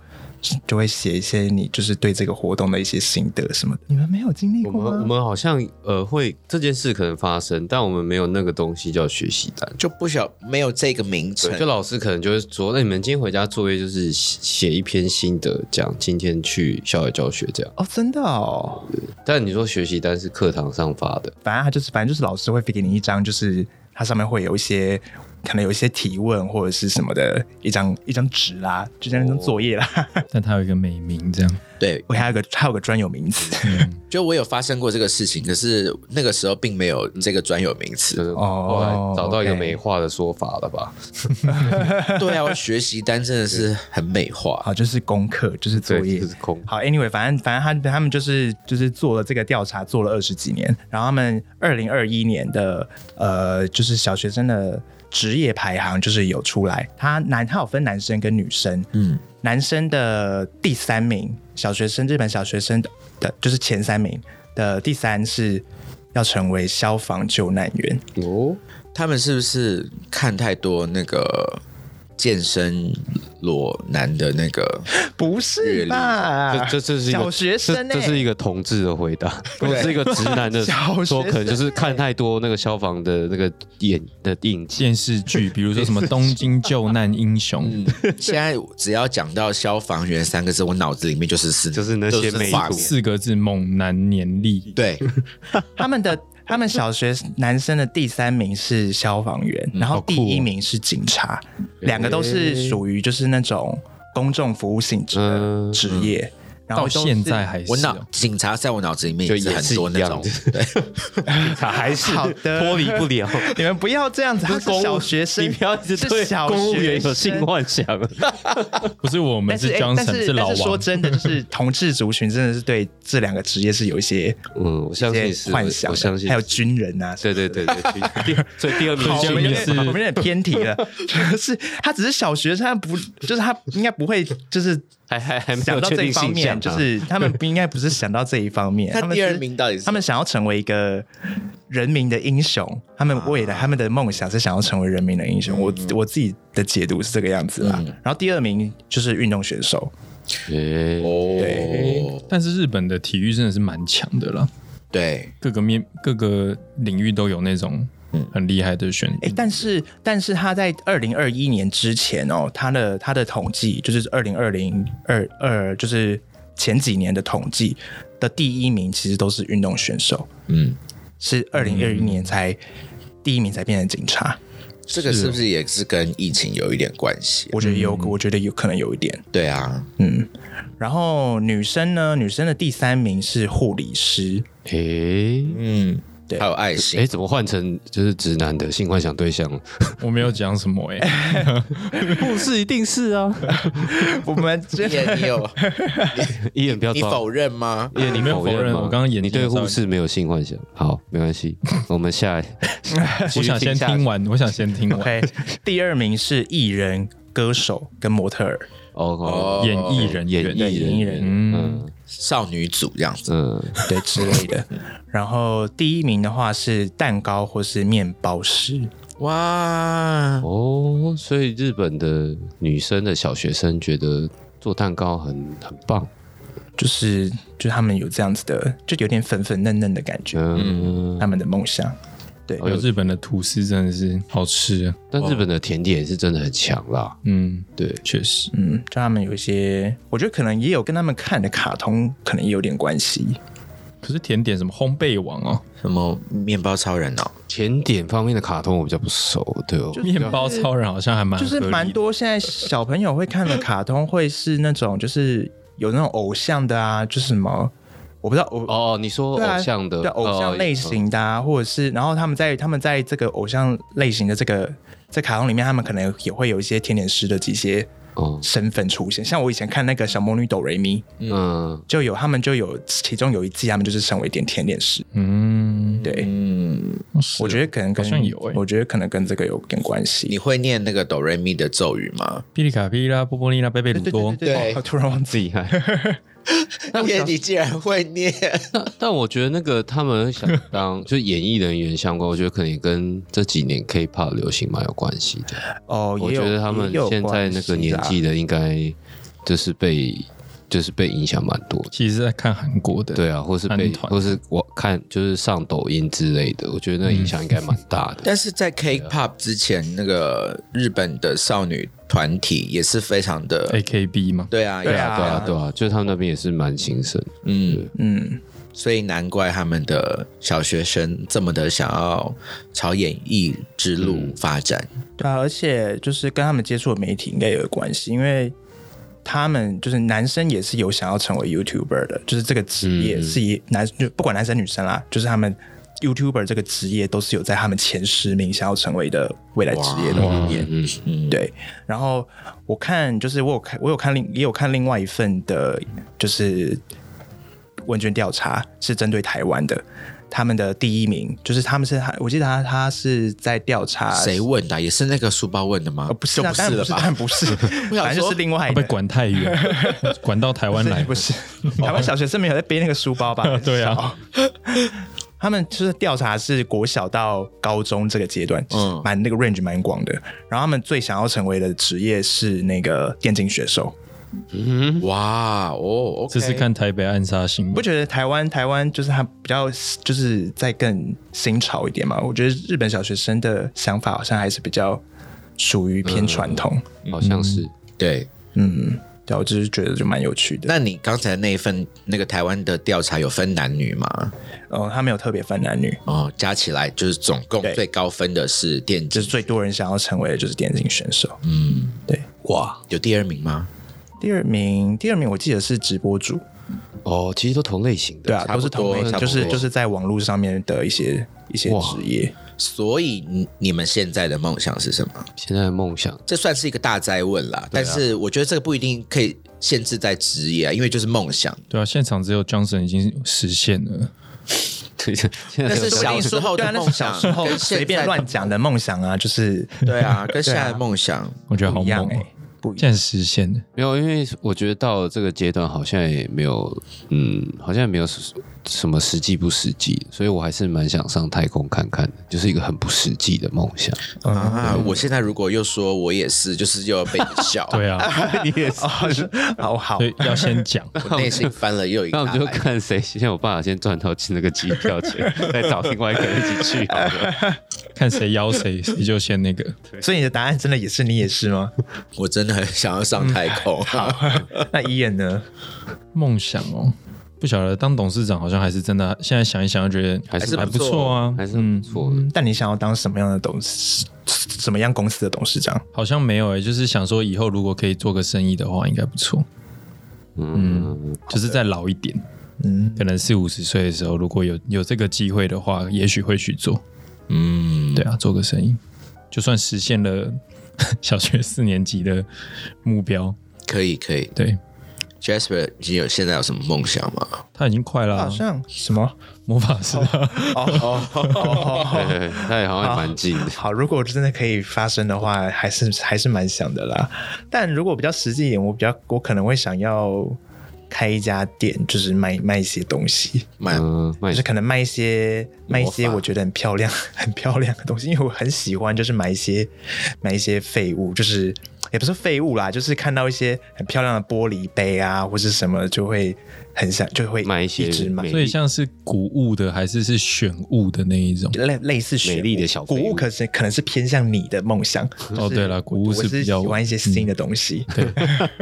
[SPEAKER 1] 就会写一些你就是对这个活动的一些心得什么的。你们没有经历
[SPEAKER 3] 我
[SPEAKER 1] 过吗？
[SPEAKER 3] 们我们好像呃会这件事可能发生，但我们没有那个东西叫学习单。
[SPEAKER 2] 就不晓没有这个名
[SPEAKER 3] 对，
[SPEAKER 2] 称
[SPEAKER 3] 就，老师可能就会说，那你们今天回家作业就是写写一篇心得，讲今天去校外教学这样。
[SPEAKER 1] 哦，真的哦，
[SPEAKER 3] 但你说学习单是课堂上发的，
[SPEAKER 1] 反正他就是反正就是老师会给你一张，就是它上面会有一些。可能有一些提问或者是什么的，一张一张纸啦，就像那张作业啦。
[SPEAKER 4] 但它有一个美名这样。
[SPEAKER 2] 对，
[SPEAKER 1] 我还有个还有个专有名词
[SPEAKER 3] 嗯
[SPEAKER 2] 就我有发生过这个事情，可是那个时候并没有这个专有名
[SPEAKER 3] 就 <laughs>
[SPEAKER 2] 词。
[SPEAKER 3] 是后来
[SPEAKER 1] 哦，
[SPEAKER 3] 找到一个
[SPEAKER 1] OK
[SPEAKER 3] 美化的说法了吧？
[SPEAKER 2] 对啊，学习单真的是很美
[SPEAKER 1] <laughs>
[SPEAKER 2] 化。
[SPEAKER 1] 好，就是功课，就是作
[SPEAKER 3] 对，
[SPEAKER 1] 业
[SPEAKER 3] 就。是空。
[SPEAKER 1] 好，anyway，反正反正他他们就是就是做了这个调查，做了二十几年，然后他们二零二一年的呃，就是小学生的职业排行就是有出来，他男他有分男生跟女生，
[SPEAKER 2] 嗯，
[SPEAKER 1] 男生的第三名，小学生日本小学生的的就是前三名的第三是要成为消防救难员，
[SPEAKER 3] 哦，
[SPEAKER 2] 他们是不是看太多那个健身裸男的那个？
[SPEAKER 1] 不是吧？
[SPEAKER 3] 这这这是一个
[SPEAKER 1] 啊小学生欸
[SPEAKER 3] 这这是一个同志的回
[SPEAKER 1] <laughs>
[SPEAKER 3] 答，我是一个直男的
[SPEAKER 1] 小学生
[SPEAKER 3] 说，
[SPEAKER 1] 欸
[SPEAKER 3] 可能就是看太多那个消防的那个演的影集。
[SPEAKER 4] 电视剧，比如说什么《东京救难英雄》
[SPEAKER 1] 嗯
[SPEAKER 2] 嗯
[SPEAKER 3] <laughs>
[SPEAKER 2] 现在只要讲到消防员三个字，我脑子里面就是是
[SPEAKER 3] 就是那些美
[SPEAKER 2] 画
[SPEAKER 3] 图
[SPEAKER 2] 面。
[SPEAKER 4] 四个字“猛男年历
[SPEAKER 2] 对，
[SPEAKER 1] 他们的他们小学男生的第三名是消防员，然后第一名是警察，两个都是属于就是那种公众服务性质的
[SPEAKER 3] 嗯
[SPEAKER 1] 职业。”，然后
[SPEAKER 4] 到
[SPEAKER 1] 都是
[SPEAKER 4] 现在还是
[SPEAKER 2] 我
[SPEAKER 4] 哦、
[SPEAKER 2] 脑警察在我脑子里面
[SPEAKER 3] 就
[SPEAKER 2] 也是
[SPEAKER 3] 也
[SPEAKER 2] 很
[SPEAKER 3] 是
[SPEAKER 2] 多
[SPEAKER 3] 一
[SPEAKER 2] 那
[SPEAKER 3] 样
[SPEAKER 2] 种
[SPEAKER 3] 的，
[SPEAKER 2] 对，
[SPEAKER 3] 还
[SPEAKER 1] <laughs>
[SPEAKER 3] 是
[SPEAKER 1] 好的
[SPEAKER 3] <laughs> 脱离不了。
[SPEAKER 1] 你们不要这样子，他
[SPEAKER 3] 这
[SPEAKER 1] 是小学生，
[SPEAKER 3] 你不要一直对
[SPEAKER 1] 是小学
[SPEAKER 3] 公务员有
[SPEAKER 1] 生
[SPEAKER 3] 性幻想。啊
[SPEAKER 4] 不是我们
[SPEAKER 1] 但是，哎但
[SPEAKER 4] Johnson，
[SPEAKER 1] 是
[SPEAKER 4] 老
[SPEAKER 1] 但是说 <laughs>
[SPEAKER 4] 王。
[SPEAKER 1] 真的，就是同志族群真的是对这两个职业是有一
[SPEAKER 3] <laughs>
[SPEAKER 1] 些
[SPEAKER 3] <laughs> 嗯，我相
[SPEAKER 1] 一
[SPEAKER 3] 信
[SPEAKER 1] 些
[SPEAKER 3] 是，
[SPEAKER 1] 幻想
[SPEAKER 3] 我
[SPEAKER 1] 的，
[SPEAKER 3] 相信
[SPEAKER 1] 还有
[SPEAKER 3] 是
[SPEAKER 1] 军人啊，
[SPEAKER 3] 对对对
[SPEAKER 1] <laughs>
[SPEAKER 3] 对，第所以第二名
[SPEAKER 1] 好，我
[SPEAKER 3] 幸
[SPEAKER 1] 们有
[SPEAKER 3] 运
[SPEAKER 1] 点
[SPEAKER 3] 是
[SPEAKER 1] 我们有点偏题了， <laughs> 就是他只是小学生，他不就是他应该不会就是
[SPEAKER 3] 还还还没
[SPEAKER 1] 想
[SPEAKER 3] 有
[SPEAKER 1] 到
[SPEAKER 3] 确
[SPEAKER 1] 这
[SPEAKER 3] 定
[SPEAKER 1] 一方
[SPEAKER 3] 性向啊
[SPEAKER 1] 面，就是他们不应该不是想到这一方
[SPEAKER 2] <laughs>
[SPEAKER 1] 面，
[SPEAKER 2] 他
[SPEAKER 1] 们
[SPEAKER 2] 第二
[SPEAKER 1] 是
[SPEAKER 2] 名到底是
[SPEAKER 1] 他们想要成为一个人民的英雄，他们未来他们的梦想是想要成为人民的英雄，我我自己的解读是这个样子
[SPEAKER 2] 嗯
[SPEAKER 1] 啦。然后第二名就是运动选手，
[SPEAKER 3] <laughs> 诶
[SPEAKER 2] 哦，
[SPEAKER 4] 但是日本的体育真的是蛮强的啦，
[SPEAKER 2] 对，
[SPEAKER 4] 各个面各个领域都有那种很厉害的选
[SPEAKER 1] 嗯哎、但是但是他在二零二一年之前哦，他的他的统计就是二零二零二二就是前几年的统计的第一名其实都是运动选手，
[SPEAKER 2] 嗯，
[SPEAKER 1] 是二零二一年才、第一名才变成警察，
[SPEAKER 2] 这个是不是也是跟疫情有一点关系？
[SPEAKER 1] 我觉得有，我觉得有可能有一点，
[SPEAKER 2] 对啊，
[SPEAKER 1] 嗯。然后女生呢，女生的第三名是护理师，
[SPEAKER 3] 诶
[SPEAKER 2] 嗯，
[SPEAKER 1] 对
[SPEAKER 2] 还有爱心，
[SPEAKER 3] 诶，怎么换成就是直男的性幻想对象了？ <laughs>
[SPEAKER 4] 我没有讲什么哎、
[SPEAKER 1] <laughs>
[SPEAKER 3] 不是，一定是啊！
[SPEAKER 1] 我们
[SPEAKER 2] <laughs>
[SPEAKER 1] 这
[SPEAKER 2] 你也你
[SPEAKER 3] <laughs>
[SPEAKER 2] 有
[SPEAKER 3] 一眼不要
[SPEAKER 2] 你
[SPEAKER 3] 装
[SPEAKER 2] 否，认吗？
[SPEAKER 4] <laughs>
[SPEAKER 3] 一眼
[SPEAKER 4] 你没有否认
[SPEAKER 3] 吗
[SPEAKER 4] 我刚刚眼睛
[SPEAKER 3] 你对
[SPEAKER 4] 有稍微
[SPEAKER 3] 护士没有性幻想，好，没关系，我们下来，
[SPEAKER 4] 我
[SPEAKER 3] 我
[SPEAKER 4] 想先听完，我想先听
[SPEAKER 1] <laughs>
[SPEAKER 4] 完
[SPEAKER 1] OK，第二名是艺人、歌手跟模特儿，
[SPEAKER 3] <laughs> 哦，
[SPEAKER 2] 哦，
[SPEAKER 4] 演艺人员
[SPEAKER 3] 演艺人
[SPEAKER 1] 演艺
[SPEAKER 3] 员
[SPEAKER 1] 人，
[SPEAKER 4] 嗯，
[SPEAKER 2] 少女组这样子，
[SPEAKER 3] 嗯，
[SPEAKER 1] 对之类的。然后第一名的话是蛋糕或是面包师，
[SPEAKER 2] 哇，
[SPEAKER 3] 哦，所以日本的女生的小学生觉得做蛋糕很很棒，
[SPEAKER 1] 就是就他们有这样子的，就有点粉粉嫩嫩的感觉，
[SPEAKER 3] 嗯，
[SPEAKER 1] 他们的梦想。对，
[SPEAKER 4] 有日本的吐司真的是好吃、啊，
[SPEAKER 3] 但日本的甜点是真的很强啦，
[SPEAKER 4] 嗯，
[SPEAKER 3] 对，
[SPEAKER 4] 确实。
[SPEAKER 1] 嗯，就他们有一些，我觉得可能也有跟他们看的卡通可能也有点关系。
[SPEAKER 4] 可是甜点什么烘焙王哦，
[SPEAKER 2] 什么面包超人哦，
[SPEAKER 3] 甜点方面的卡通我比较不熟，对哦，
[SPEAKER 4] 面包超人好像还蛮
[SPEAKER 1] 就是
[SPEAKER 4] 合理的
[SPEAKER 1] 蛮多现在小朋友会看的卡通，会是那种就是有那种偶像的啊，就是什么我不知道我
[SPEAKER 3] 哦，你说
[SPEAKER 1] 对啊
[SPEAKER 3] 偶像的呃
[SPEAKER 1] 对
[SPEAKER 3] 哦
[SPEAKER 1] 偶像类，型的、啊，或者是然后他们在他们在这个偶像类型的这个在卡通里面，他们可能也会有一些甜点师的这些
[SPEAKER 3] 哦，
[SPEAKER 1] 身份出现。像我以前看那个小魔女哆瑞咪，
[SPEAKER 3] 嗯，
[SPEAKER 1] 就有他们就有其中有一季，他们就是成为点甜点师。
[SPEAKER 4] 嗯，
[SPEAKER 1] 对，
[SPEAKER 2] 嗯，
[SPEAKER 1] 我觉得可能跟
[SPEAKER 4] 好像有欸
[SPEAKER 1] 我觉得可能跟这个有点关
[SPEAKER 2] 你
[SPEAKER 1] 系。
[SPEAKER 2] 会念那个哆瑞咪的咒语吗？
[SPEAKER 4] 霹雳卡霹雳拉波波利拉贝贝鲁多，
[SPEAKER 1] <laughs>
[SPEAKER 2] 对
[SPEAKER 1] 哦突然忘记。
[SPEAKER 3] 自己害。但我
[SPEAKER 2] 耶，
[SPEAKER 3] 想
[SPEAKER 2] 你竟然会
[SPEAKER 3] <laughs>
[SPEAKER 2] 念，
[SPEAKER 3] 但但我觉得那个他们想当就演艺人员相关，我觉得可能也跟这几年 K-pop 流行蛮有关系的。
[SPEAKER 1] 哦，
[SPEAKER 3] 我
[SPEAKER 1] 也
[SPEAKER 3] 觉
[SPEAKER 1] 有
[SPEAKER 3] 得他们
[SPEAKER 1] 也有
[SPEAKER 3] 现在
[SPEAKER 1] 关
[SPEAKER 3] 那
[SPEAKER 1] 系
[SPEAKER 3] 个年
[SPEAKER 1] 啦
[SPEAKER 3] 纪的，应该就是被就是被影响蛮多的。
[SPEAKER 4] 其实是在看韩国的，
[SPEAKER 3] 对啊，或是
[SPEAKER 4] 韩
[SPEAKER 3] 被
[SPEAKER 4] 团
[SPEAKER 3] 或是我看就是上抖音之类的，我觉得那影响应该蛮大的。
[SPEAKER 2] 但是在 K-pop 之前，那个日本的少女团体也是非常的，
[SPEAKER 4] ，A K B 嘛，
[SPEAKER 2] 对啊，
[SPEAKER 1] 对啊
[SPEAKER 3] 哎对啊，对啊，就是他们那边也是蛮兴盛。
[SPEAKER 2] 嗯，
[SPEAKER 1] 嗯，
[SPEAKER 2] 所以难怪他们的小学生这么的想要朝演艺之路发展。
[SPEAKER 1] 对啊，而且就是跟他们接触的媒体应该也有关系，因为他们就是男生也是有想要成为 YouTuber 的，就是这个职业
[SPEAKER 3] 嗯
[SPEAKER 1] 是以男就不管男生女生啦，就是他们 YouTuber 这个职业都是有在他们前十名想要成为的未来职业的
[SPEAKER 4] 哇
[SPEAKER 1] 里面。
[SPEAKER 3] 嗯，
[SPEAKER 2] 嗯，
[SPEAKER 1] 对，然后我看就是我有看我有看另也有看另外一份的，就是问卷调查是针对台湾的，他们的第一名就是他们是我记得他他是在调查
[SPEAKER 2] 谁问的啊？也是那个书包问的吗？
[SPEAKER 1] 哦，不是、
[SPEAKER 2] 就
[SPEAKER 1] 啊，
[SPEAKER 2] 不
[SPEAKER 1] 当
[SPEAKER 2] 是
[SPEAKER 1] 然
[SPEAKER 2] 了
[SPEAKER 1] 不当
[SPEAKER 2] 吧
[SPEAKER 1] 然？不 <laughs> 是，
[SPEAKER 2] 我想
[SPEAKER 1] 反正就
[SPEAKER 2] 说
[SPEAKER 1] 是另外
[SPEAKER 4] 他
[SPEAKER 1] 一
[SPEAKER 4] 被
[SPEAKER 1] 个。
[SPEAKER 4] 管太远，管到台湾来，？
[SPEAKER 1] 不是， <laughs> 台湾小学生没有在背那个书包吧
[SPEAKER 4] <laughs> 对啊
[SPEAKER 1] 很少，他们就是调查是国小到高中这个阶段，
[SPEAKER 2] 嗯
[SPEAKER 1] 蛮那个 range 蛮广的。然后他们最想要成为的职业是那个电竞选手。
[SPEAKER 2] <laughs> 哇哦，
[SPEAKER 4] 这是看台北暗杀新
[SPEAKER 1] 你不
[SPEAKER 4] 闻，
[SPEAKER 1] 觉得台湾台湾就是它比较就是在更新潮一点嘛？我觉得日本小学生的想法好像还是比较属于偏传统。
[SPEAKER 3] 好像是。
[SPEAKER 2] 对。
[SPEAKER 1] 嗯，对，我就是觉得就蛮有趣的。
[SPEAKER 2] 那你刚才那一份那个台湾的调查有分男女吗？
[SPEAKER 1] 哦，他没有特别分男女。
[SPEAKER 2] 哦，加起来就是总共
[SPEAKER 1] 对
[SPEAKER 2] 最高分的是电
[SPEAKER 1] 就
[SPEAKER 2] 竞，
[SPEAKER 1] 是最多人想要成为的就是电竞选手。
[SPEAKER 2] 嗯，
[SPEAKER 1] 对，
[SPEAKER 2] 哇，有第二名吗？
[SPEAKER 1] 第二名，第二名我记得是直播主，
[SPEAKER 3] 哦，其实都同类型的。
[SPEAKER 1] 对啊，
[SPEAKER 2] 差不
[SPEAKER 1] 都是同类
[SPEAKER 2] 多，差不
[SPEAKER 1] 就
[SPEAKER 2] 多
[SPEAKER 1] 是就是在网络上面的一些一些
[SPEAKER 3] 哇
[SPEAKER 1] 职业。
[SPEAKER 2] 所以你你们现在的梦想是什么？
[SPEAKER 3] 现在的梦想
[SPEAKER 2] 这算是一个大灾问啦，但是我觉得这个不一定可以限制在职业啊，因为就是梦想。
[SPEAKER 4] 对啊，现场只有 Johnson 已经实现了，
[SPEAKER 3] 对，现在
[SPEAKER 2] 但是
[SPEAKER 3] 这个
[SPEAKER 2] 小时候
[SPEAKER 1] 对啊，
[SPEAKER 2] 的
[SPEAKER 1] 那
[SPEAKER 2] 梦
[SPEAKER 1] 是小
[SPEAKER 2] 想
[SPEAKER 1] 时候
[SPEAKER 2] 跟现
[SPEAKER 1] 随
[SPEAKER 2] 在
[SPEAKER 1] 便
[SPEAKER 2] 的
[SPEAKER 1] 乱讲的梦想啊，就是
[SPEAKER 2] 对啊，跟现在的梦想，
[SPEAKER 4] 我觉得
[SPEAKER 1] 不
[SPEAKER 4] 好
[SPEAKER 1] 一样
[SPEAKER 4] 猛
[SPEAKER 1] 哎、
[SPEAKER 4] 哦，
[SPEAKER 1] 不一
[SPEAKER 4] 现
[SPEAKER 1] 样。
[SPEAKER 4] 在实现了，
[SPEAKER 3] 没有，因为我觉得到了这个阶段，好像也没有，嗯，好像也没有什什么实际不实际，所以我还是蛮想上太空看看的，就是一个很不实际的梦想。
[SPEAKER 1] 嗯，
[SPEAKER 2] 啊，我现在如果又说我也是，就是又要被你 <laughs> 笑，
[SPEAKER 4] 对啊，
[SPEAKER 3] 你
[SPEAKER 1] <laughs>
[SPEAKER 3] 也是，
[SPEAKER 1] 哦好好
[SPEAKER 4] 所，以要先讲，
[SPEAKER 2] 我内心翻了又一
[SPEAKER 3] 那
[SPEAKER 2] 个
[SPEAKER 3] 我
[SPEAKER 2] 大
[SPEAKER 3] 们就
[SPEAKER 2] 海。
[SPEAKER 3] 看谁先有办法先赚到那个机票钱，再找另外一个人一起去好了。
[SPEAKER 4] 看谁邀谁，谁就先那个。
[SPEAKER 1] 所以你的答案真的也是你也是吗？
[SPEAKER 2] <laughs> 我真的很想要上太 <laughs> 空，
[SPEAKER 1] 那伊眼呢？
[SPEAKER 4] 梦想哦，不晓得当董事长好像还是真的，现在想一想就觉得
[SPEAKER 3] 还是哦
[SPEAKER 4] 还
[SPEAKER 2] 不
[SPEAKER 4] 不
[SPEAKER 2] 错
[SPEAKER 4] 错啊，
[SPEAKER 3] 还是很不错的。
[SPEAKER 1] 但你想要当什么样的董事？什么样公司的董事长？
[SPEAKER 4] 好像没有诶、就是想说以后如果可以做个生意的话，应该不错，
[SPEAKER 3] 嗯，
[SPEAKER 4] 就是再老一点，
[SPEAKER 1] 嗯，
[SPEAKER 4] 可能四五十岁的时候，如果有有这个机会的话，也许会去做。
[SPEAKER 2] 嗯，
[SPEAKER 4] 对啊，做个生意，就算实现了 <laughs> 小学四年级的目标，
[SPEAKER 2] 可以可以。
[SPEAKER 4] 对
[SPEAKER 2] Jasper，你有现在有什么梦想吗？
[SPEAKER 4] 他已经快了啊、
[SPEAKER 1] 好像什么？
[SPEAKER 4] 魔法师啊、
[SPEAKER 1] 哦，
[SPEAKER 3] 对，那好像也蛮近的。
[SPEAKER 1] 好，如果真的可以发生的话，还是还是蛮想的啦。但如果比较实际一点，我比较我可能会想要开一家店，就是卖卖一些东西，
[SPEAKER 2] 买
[SPEAKER 3] 嗯，
[SPEAKER 1] 就
[SPEAKER 3] 那也
[SPEAKER 1] 是
[SPEAKER 3] 是
[SPEAKER 1] 可能卖一些卖一些
[SPEAKER 2] 魔法
[SPEAKER 1] 我觉得很漂亮 <laughs> 很漂亮的东西，因为我很喜欢就是买一些买一些废物，就是也不是废物啦，就是看到一些很漂亮的玻璃杯啊或是什么，就会很想就会
[SPEAKER 3] 买一些
[SPEAKER 1] 直买
[SPEAKER 3] 美。
[SPEAKER 4] 所以像是古物的还是是选物的那一种，
[SPEAKER 1] 类类似选
[SPEAKER 3] 美丽的小
[SPEAKER 1] 古
[SPEAKER 3] 废
[SPEAKER 1] 物，
[SPEAKER 3] 物
[SPEAKER 1] 可是可能是偏向你的梦想。
[SPEAKER 4] 哦
[SPEAKER 1] 就是
[SPEAKER 4] 对了古物
[SPEAKER 1] 我
[SPEAKER 4] 是
[SPEAKER 1] 我
[SPEAKER 4] 比
[SPEAKER 1] 是喜
[SPEAKER 4] 较嗯
[SPEAKER 1] 欢一些新的东西。
[SPEAKER 3] <laughs>
[SPEAKER 4] 对，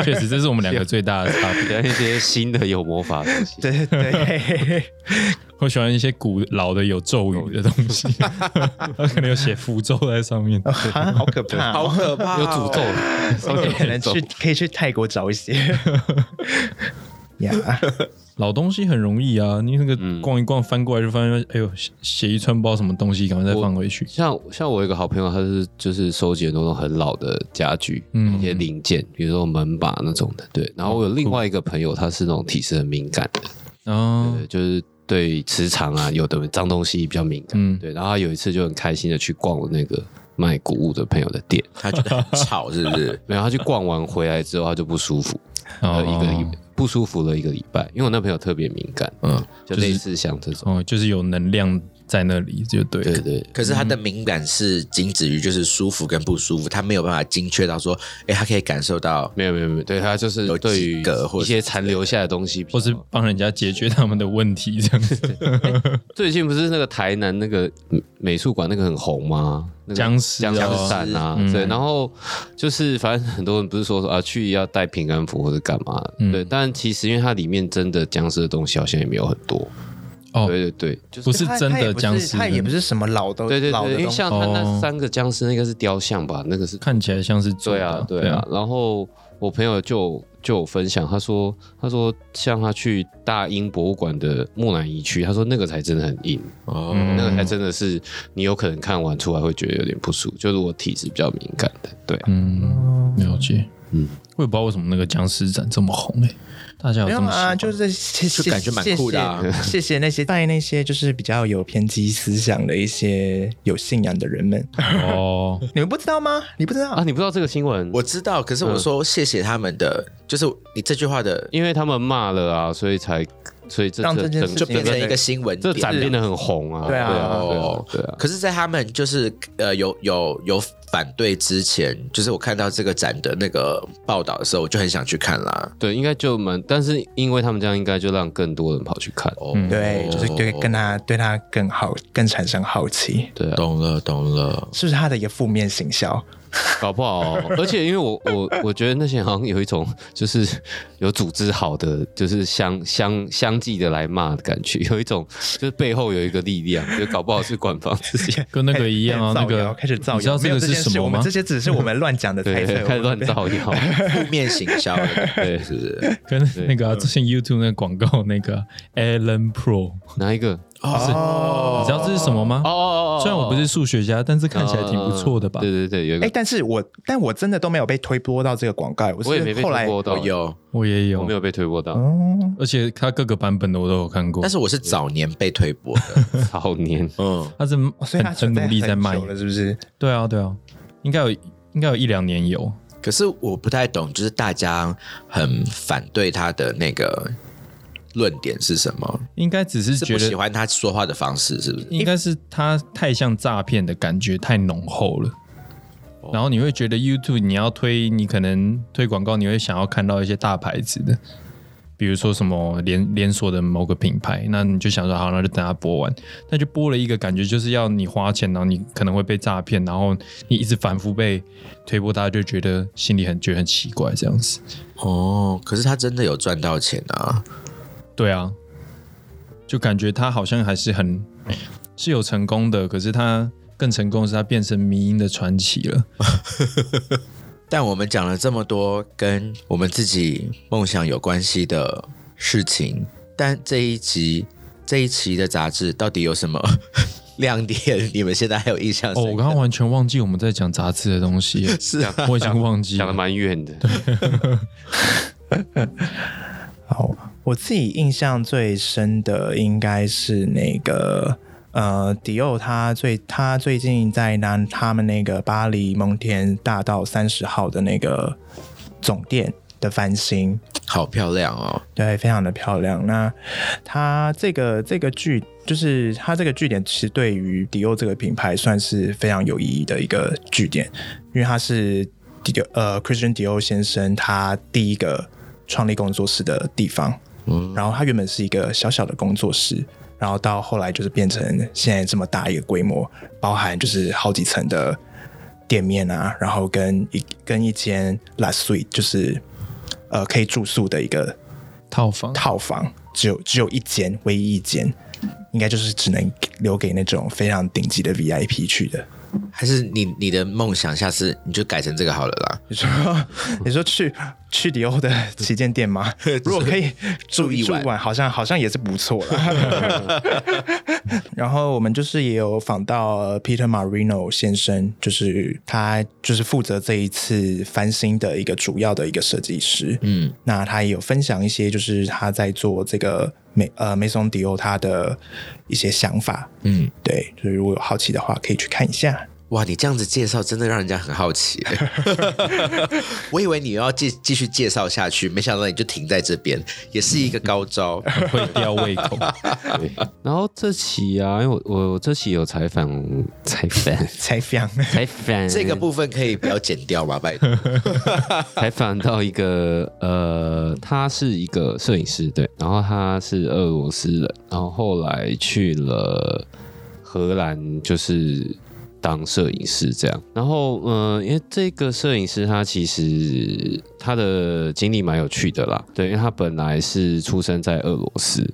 [SPEAKER 4] 确实这是我们两个最大的差别。
[SPEAKER 3] 那些新的有魔法的东西。
[SPEAKER 1] <laughs> 对对，
[SPEAKER 4] 我喜欢一些古老的有咒语的东
[SPEAKER 1] <laughs>
[SPEAKER 4] 西，他可能有写符咒在上面。
[SPEAKER 1] 啊，好可怕、哦！
[SPEAKER 2] 可怕
[SPEAKER 3] 有诅咒，
[SPEAKER 4] <laughs>
[SPEAKER 3] <laughs>
[SPEAKER 1] <laughs> 可能去可以去泰国找一些。呀，
[SPEAKER 4] 老东西很容易啊，你那个
[SPEAKER 3] 嗯
[SPEAKER 4] 逛一逛，翻过来就发现，哎呦，血血一串不知道什么东西，赶快再放回去。
[SPEAKER 3] 像像我有一个好朋友，他是就是收集很多那种很老的家具，
[SPEAKER 4] 嗯
[SPEAKER 3] 一些零件，比如说门把那种的，对。然后我有另外一个朋友，他是那种体质很敏感的，
[SPEAKER 4] 哦，
[SPEAKER 3] 对，就是对磁场啊，有的脏东西比较敏感，
[SPEAKER 4] 嗯
[SPEAKER 3] 对。然后他有一次就很开心的去逛我那个卖古物的朋友的店，
[SPEAKER 2] 他觉得很吵，是不 <laughs> 是？
[SPEAKER 3] 然后他去逛完回来之后，他就不舒服，
[SPEAKER 4] 哦
[SPEAKER 3] 呃，一个礼不舒服了一个礼拜，因为我那朋友特别敏感，
[SPEAKER 2] 嗯，
[SPEAKER 3] 就
[SPEAKER 4] 就是
[SPEAKER 3] 类似像这种，
[SPEAKER 4] 哦，就是有能量在那里，就对。
[SPEAKER 3] 对对，
[SPEAKER 2] 可是他的敏感是仅止于就是舒服跟不舒服，他没有办法精确到说，哎，他可以感受到
[SPEAKER 3] 没有没有没有，对他就是
[SPEAKER 2] 有
[SPEAKER 3] 对
[SPEAKER 2] 几
[SPEAKER 3] 于
[SPEAKER 2] 个或
[SPEAKER 3] 一
[SPEAKER 2] 者
[SPEAKER 3] 些残留下的东西比较，
[SPEAKER 4] 或是帮人家解决他们的问题，这样子。
[SPEAKER 3] <laughs> 最近不是那个台南那个嗯美术馆那个很红吗？那个
[SPEAKER 4] 僵尸
[SPEAKER 3] 僵
[SPEAKER 4] 啊
[SPEAKER 3] 尸展啊，
[SPEAKER 4] 嗯
[SPEAKER 3] 对，然后就是反正很多人不是说说啊去要带平安符或者干嘛，
[SPEAKER 4] 嗯
[SPEAKER 3] 对，但其实因为它里面真的僵尸的东西好像也没有很多，
[SPEAKER 4] 哦
[SPEAKER 3] 对对对，就是
[SPEAKER 4] 不是
[SPEAKER 1] 他
[SPEAKER 4] 真
[SPEAKER 1] 他也
[SPEAKER 4] 的
[SPEAKER 1] 不是
[SPEAKER 4] 僵尸
[SPEAKER 1] 他也不是什么老的，
[SPEAKER 3] 对对
[SPEAKER 1] 老的
[SPEAKER 3] 对，因为
[SPEAKER 1] 东西
[SPEAKER 3] 像它
[SPEAKER 4] 哦
[SPEAKER 3] 那三个僵尸那个是雕像吧，那个是
[SPEAKER 4] 看起来像是做
[SPEAKER 3] 对
[SPEAKER 4] 的嗯
[SPEAKER 3] 啊，对啊。。然后我朋友就就有分享，他说他说像他去大英博物馆的木乃伊区，他说那个才真的很硬，
[SPEAKER 2] 哦
[SPEAKER 4] 嗯
[SPEAKER 3] 那个才真的是你有可能看完出来会觉得有点不舒服，就是我体质比较敏感的，对啊、
[SPEAKER 4] 嗯，了解。嗯
[SPEAKER 3] 嗯，
[SPEAKER 4] 我也不知道为什么那个僵尸展这么红诶、欸大家有
[SPEAKER 1] 没
[SPEAKER 4] 这
[SPEAKER 1] 有
[SPEAKER 4] 么喜
[SPEAKER 1] 啊，
[SPEAKER 4] 欢
[SPEAKER 1] 就是谢谢，
[SPEAKER 2] 就感觉蛮酷的啊
[SPEAKER 1] 谢谢谢谢那些拜那些就是比较有偏激思想的一些有信仰的人们，
[SPEAKER 4] 哦，
[SPEAKER 1] 你们不知道吗？你不知道
[SPEAKER 3] 啊！？你不知道这个新闻？
[SPEAKER 2] 我知道，可是我说谢谢他们的，就是你这句话的
[SPEAKER 3] 因为他们骂了啊，所以才所以这
[SPEAKER 1] 让
[SPEAKER 3] 这
[SPEAKER 1] 这件
[SPEAKER 3] 整
[SPEAKER 1] 事
[SPEAKER 3] 这
[SPEAKER 1] 情
[SPEAKER 2] 就变成一个新闻
[SPEAKER 3] 这
[SPEAKER 2] 点。
[SPEAKER 3] 展变得很红啊，
[SPEAKER 1] 对啊
[SPEAKER 3] 对啊
[SPEAKER 2] 哦，
[SPEAKER 3] 对啊。
[SPEAKER 2] 可是，在他们就是呃有有有反对之前，就是我看到这个展的那个报道的时候，我就很想去看啦。
[SPEAKER 3] 对，应该就蛮，但是因为他们这样，应该就让更多人跑去看。
[SPEAKER 2] 哦，
[SPEAKER 1] 对，就是对
[SPEAKER 4] 哦
[SPEAKER 1] 跟他对他更好，更产生好奇，
[SPEAKER 3] 对啊，
[SPEAKER 2] 懂了懂了。
[SPEAKER 1] 是不是他的一个负面形象？
[SPEAKER 3] 搞不好、而且因为我我我觉得那些好像有一种就是有组织好的，就是相相相继的来骂的感觉，有一种就是背后有一个力量，就搞不好是官方自己
[SPEAKER 4] 跟那个一样啊，
[SPEAKER 1] 开始造
[SPEAKER 4] 那个
[SPEAKER 1] 谣开始造谣，
[SPEAKER 4] 你知道这
[SPEAKER 1] 没
[SPEAKER 4] 个
[SPEAKER 1] 有这
[SPEAKER 4] 是
[SPEAKER 1] 件
[SPEAKER 4] 什
[SPEAKER 1] 事
[SPEAKER 4] 么
[SPEAKER 1] 我们
[SPEAKER 4] 吗
[SPEAKER 1] 这？些只是我们乱
[SPEAKER 4] <laughs>
[SPEAKER 1] 讲的猜
[SPEAKER 3] 对
[SPEAKER 1] 测，
[SPEAKER 3] 开始
[SPEAKER 1] 我们
[SPEAKER 3] 乱造谣。
[SPEAKER 2] 负面行销的感觉，是不是？
[SPEAKER 4] 跟那
[SPEAKER 3] 嗯
[SPEAKER 4] 个啊之前 YouTube 那个广告那个 Alan Pro，
[SPEAKER 3] 哪一个？
[SPEAKER 4] 你
[SPEAKER 1] 哦
[SPEAKER 4] 知道这是什么吗
[SPEAKER 3] 哦？哦哦，
[SPEAKER 4] 虽然我不是数学家，但是看起来挺不错的
[SPEAKER 3] 哦
[SPEAKER 4] 吧
[SPEAKER 3] 对？对对，有一
[SPEAKER 1] 哎、
[SPEAKER 3] 个
[SPEAKER 1] 但是我但我真的都没有被推播到这个广告，我
[SPEAKER 3] 我也没
[SPEAKER 1] 是
[SPEAKER 3] 被
[SPEAKER 1] 后
[SPEAKER 3] 推
[SPEAKER 1] 来
[SPEAKER 3] 播到
[SPEAKER 2] 我，哦
[SPEAKER 1] 嗯
[SPEAKER 2] 有，
[SPEAKER 4] 我也
[SPEAKER 3] 我
[SPEAKER 4] 有
[SPEAKER 3] 没，有被推播到，
[SPEAKER 1] 哦，
[SPEAKER 4] 而且它各个版本的我都有看过
[SPEAKER 2] 但。是我是早年被推播的。
[SPEAKER 3] 好年
[SPEAKER 2] 嗯，
[SPEAKER 4] 它是
[SPEAKER 1] 哦所以他
[SPEAKER 4] 很
[SPEAKER 1] 存
[SPEAKER 4] 很努力
[SPEAKER 1] 很
[SPEAKER 4] 在卖
[SPEAKER 1] 久，了，是不是？
[SPEAKER 4] 对啊对啊，应该有应该有一两年有，
[SPEAKER 2] 可是我不太懂，就是大家很反对他的那个论点是什么？
[SPEAKER 4] 应该只是
[SPEAKER 2] 是
[SPEAKER 4] 觉
[SPEAKER 2] 不喜
[SPEAKER 4] 得
[SPEAKER 2] 欢他说话的方式，是不是？
[SPEAKER 4] 应该是它太像诈骗的感觉太浓厚了。然后你会觉得 YouTube 你要推，你可能推广告，你会想要看到一些大牌子的，比如说什么连连锁的某个品牌，那你就想说好，那就等它播完，那就播了一个感觉就是要你花钱，然后你可能会被诈骗，然后你一直反复被推播，大家就觉得心里很觉得很奇怪这样子。
[SPEAKER 2] 哦，可是他真的有赚到钱啊！
[SPEAKER 4] 对啊，就感觉他好像还是很是有成功的，可是他更成功的是他变成迷音的传奇了。
[SPEAKER 2] 但我们讲了这么多跟我们自己梦想有关系的事情，但这一集这一期的杂志到底有什么亮点？你们现在还有印象
[SPEAKER 4] 哦，
[SPEAKER 2] 深
[SPEAKER 4] 我
[SPEAKER 2] 刻？
[SPEAKER 4] 刚刚完全忘记我们在讲杂志的东西了，
[SPEAKER 2] 是啊，
[SPEAKER 4] 我已经忘记
[SPEAKER 3] 讲的
[SPEAKER 4] 了。
[SPEAKER 3] 蛮远的，
[SPEAKER 1] 好，我自己印象最深的应该是那个呃，迪奥他最他最近在拿他们那个巴黎蒙田大道三十号的那个总店的翻新，
[SPEAKER 2] 好漂亮哦！
[SPEAKER 1] 对，非常的漂亮。那它这个这个据，就是它这个据点，其实对于迪欧这个品牌算是非常有意义的一个据点，因为它是迪欧呃 Christian 迪欧先生他第一个创立工作室的地方。
[SPEAKER 2] 嗯
[SPEAKER 1] 然后它原本是一个小小的工作室，然后到后来就是变成现在这么大一个规模，包含就是好几层的店面啊，然后跟一跟一间 La Suite 就是呃可以住宿的一个
[SPEAKER 4] 套房，
[SPEAKER 1] 套房，只有只有一间，唯一一间，应该就是只能留给那种非常顶级的 VIP 去的。
[SPEAKER 2] 还是你你的梦想，下次你就改成这个好了啦。
[SPEAKER 1] 你说你说去去迪欧的旗舰店
[SPEAKER 2] <laughs>
[SPEAKER 1] 吗？如果可以住
[SPEAKER 2] 一
[SPEAKER 1] 一住
[SPEAKER 2] 晚
[SPEAKER 1] 晚，好像好像也是不错
[SPEAKER 2] <laughs>
[SPEAKER 1] 啦。 <laughs> 然后我们就是也有访到呃 Peter Marino 先生，就是他就是负责这一次翻新的一个主要的一个设计师。
[SPEAKER 2] 嗯，
[SPEAKER 1] 那他也有分享一些，就是他在做这个美呃梅松迪欧他的一些想法。
[SPEAKER 2] 嗯，
[SPEAKER 1] 对，就是如果有好奇的话，可以去看一下。
[SPEAKER 2] 哇，你这样子介绍真的让人家很好
[SPEAKER 4] <laughs>
[SPEAKER 2] 奇。我以为你要继继续介绍下去，没想到你就停在这边，也是一个高
[SPEAKER 4] <laughs>
[SPEAKER 2] 招。
[SPEAKER 4] 会吊胃口。
[SPEAKER 3] 对，然后这期啊，因为我我我这期有采访采访
[SPEAKER 1] 采访
[SPEAKER 2] <laughs>
[SPEAKER 3] 采访
[SPEAKER 2] 这个部分可以不要剪掉吗？拜托。
[SPEAKER 4] 嗯
[SPEAKER 3] 采访到一个呃，他是一个摄影师，对，然后他是俄罗斯人，然后后来去了荷兰，就是当摄影师这样。然后呃，因为这个摄影师他其实他的经历蛮有趣的啦，对，因为他本来是出生在俄罗斯，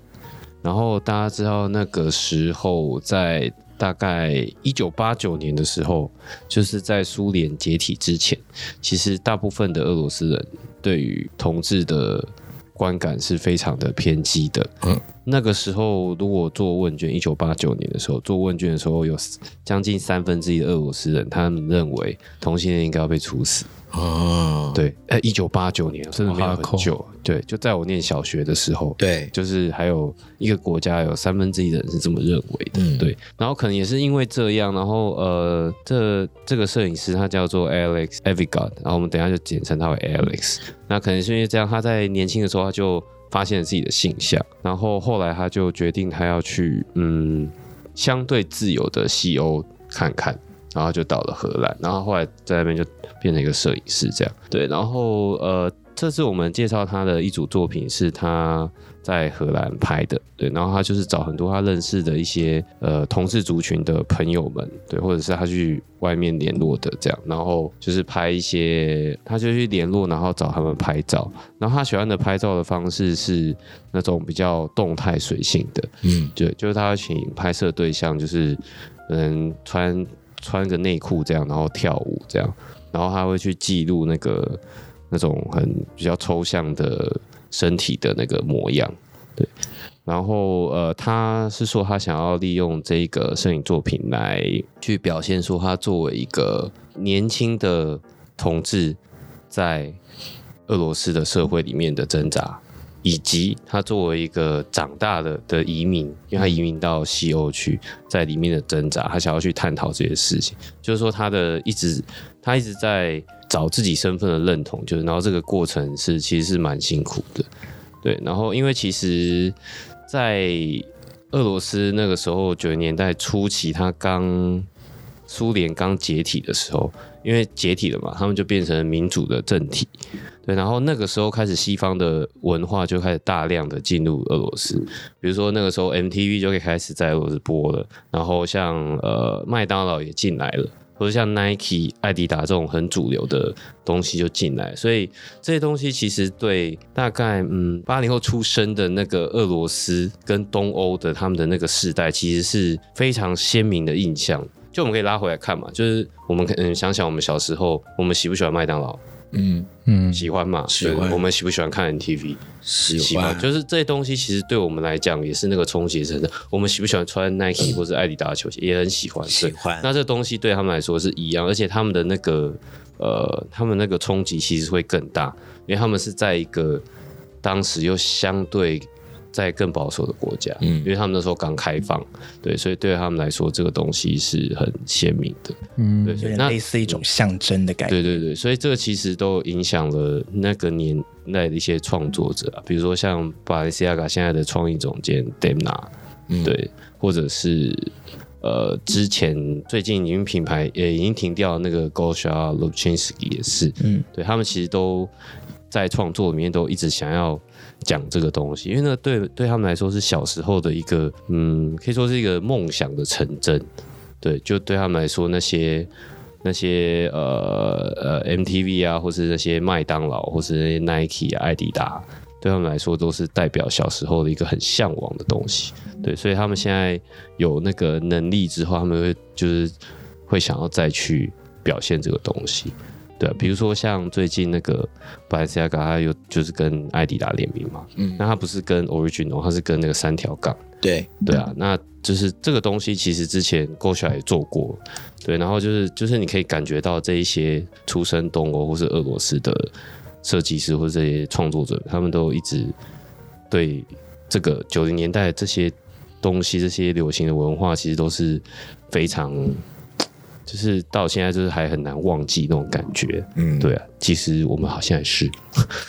[SPEAKER 3] 然后大家知道那个时候在。大概一九八九年的时候，就是在苏联解体之前，其实大部分的俄罗斯人对于同志的观感是非常的偏激的。嗯，那个时候如果做问卷，一九八九年的时候做问卷的时候，有将近三分之一的俄罗斯人他们认为同性恋应该要被处死。
[SPEAKER 2] 哦，
[SPEAKER 3] 对，呃，一九八九年真的没有很久，对，就在我念小学的时候，
[SPEAKER 2] 对，
[SPEAKER 3] 就是还有一个国家有三分之一的人是这么认为的，
[SPEAKER 2] 嗯
[SPEAKER 3] 对。然后可能也是因为这样，然后呃，这这个摄影师他叫做 Alex Avigad，然后我们等一下就简称他为 Alex。那可能是因为这样，他在年轻的时候他就发现了自己的性向，然后后来他就决定他要去嗯相对自由的西欧看看。然后就到了荷兰，然后后来在那边就变成一个摄影师这样。对，然后呃，这次我们介绍他的一组作品是他在荷兰拍的，对，然后他就是找很多他认识的一些呃同志族群的朋友们，对，或者是他去外面联络的这样，然后就是拍一些，他就去联络，然后找他们拍照，然后他喜欢的拍照的方式是那种比较动态随性的，
[SPEAKER 2] 嗯，
[SPEAKER 3] 对，就是他要请拍摄对象，就是嗯穿穿个内裤这样，然后跳舞这样，然后他会去记录那个那种很比较抽象的身体的那个模样，对。然后呃，他是说他想要利用这个摄影作品来去表现说他作为一个年轻的同志在俄罗斯的社会里面的挣扎，以及他作为一个长大的的移民，因为他移民到西欧去，在里面的挣扎，他想要去探讨这些事情。就是说，他的一直他一直在找自己身份的认同，就是然后这个过程是其实是蛮辛苦的，对。然后因为其实，在俄罗斯那个时候九零年代初期，他刚苏联刚解体的时候，因为解体了嘛，他们就变成民主的政体。对，然后那个时候开始，西方的文化就开始大量的进入俄罗斯，比如说那个时候 MTV 就可以开始在俄罗斯播了，然后像呃麦当劳也进来了，或者像 Nike、艾迪达这种很主流的东西就进来，所以这些东西其实对大概嗯八零后出生的那个俄罗斯跟东欧的他们的那个世代，其实是非常鲜明的印象。就我们可以拉回来看嘛，就是我们可能想想我们小时候，我们喜不喜欢麦当劳？
[SPEAKER 4] 嗯，
[SPEAKER 3] 喜欢嘛？
[SPEAKER 2] 喜欢
[SPEAKER 3] 对我们喜不喜欢看 NTV？
[SPEAKER 2] 喜
[SPEAKER 3] 喜欢，就是这些东西其实对我们来讲也是那个冲击真的。我们喜不喜欢穿 Nike 或是艾迪达的球鞋，也很喜欢。
[SPEAKER 2] 喜
[SPEAKER 3] 对
[SPEAKER 2] 欢
[SPEAKER 3] 那这东西对他们来说是一样，而且他们的那个呃，他们那个冲击其实会更大，因为他们是在一个当时又相对在更保守的国家，嗯，因为他们那时候刚开放，对，所以对他们来说这个东西是很鲜明的，嗯，对，
[SPEAKER 1] 有
[SPEAKER 3] 所以
[SPEAKER 1] 点
[SPEAKER 3] 那
[SPEAKER 1] 类似一种象征的感觉。
[SPEAKER 3] 对对对，所以这个其实都影响了那个年代的一些创作者啊，比如说像巴雷西亚嘎现在的创意总监 Demna，、对，或者是呃之前最近已经品牌也已经停掉的那个 Gosha Lubchinsky 也是，嗯，对他们其实都在创作里面都一直想要讲这个东西，因为呢对对他们来说是小时候的一个嗯，可以说是一个梦想的成真，对，就对他们来说那些。那些呃呃 MTV 啊，或是那些麦当劳，或是那些 Nike 啊、艾迪达，对他们来说都是代表小时候的一个很向往的东西。对，所以他们现在有那个能力之后，他们会就是会想要再去表现这个东西。对、啊，比如说像最近那个 Balenciaga，它有就是跟艾迪达联名嘛，
[SPEAKER 2] 嗯
[SPEAKER 3] 那，它不是跟 Original，它是跟那个三条杠，
[SPEAKER 2] 对，
[SPEAKER 3] 对啊，那就是这个东西其实之前 g o s h a 也做过，对，然后就是就是你可以感觉到这一些出身东欧或是俄罗斯的设计师或者这些创作者，他们都一直对这个九零年代这些东西、这些流行的文化，其实都是非常，就是到现在就是还很难忘记那种感觉。
[SPEAKER 2] 嗯，
[SPEAKER 3] 对，啊，其实我们好像也是，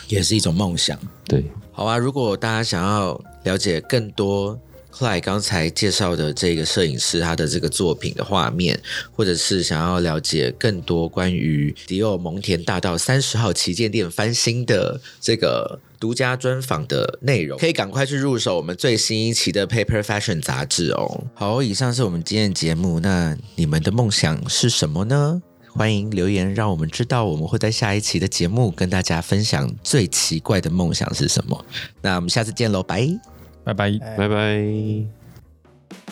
[SPEAKER 2] 也是一种梦想。
[SPEAKER 3] 对，
[SPEAKER 2] 好啊，如果大家想要了解更多 Cly 刚才介绍的这个摄影师他的这个作品的画面，或者是想要了解更多关于迪奥蒙田大道三十号旗舰店翻新的这个。独家专访的内容，可以赶快去入手我们最新一期的 Paper Fashion 杂志哦。好，以上是我们今天的节目。那你们的梦想是什么呢？欢迎留言让我们知道，我们会在下一期的节目跟大家分享最奇怪的梦想是什么。那我们下次见喽，拜。
[SPEAKER 4] 拜拜。
[SPEAKER 3] 拜拜。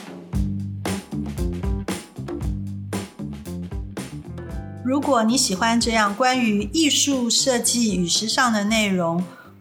[SPEAKER 5] 如果你喜欢这样关于艺术设计与时尚的内容，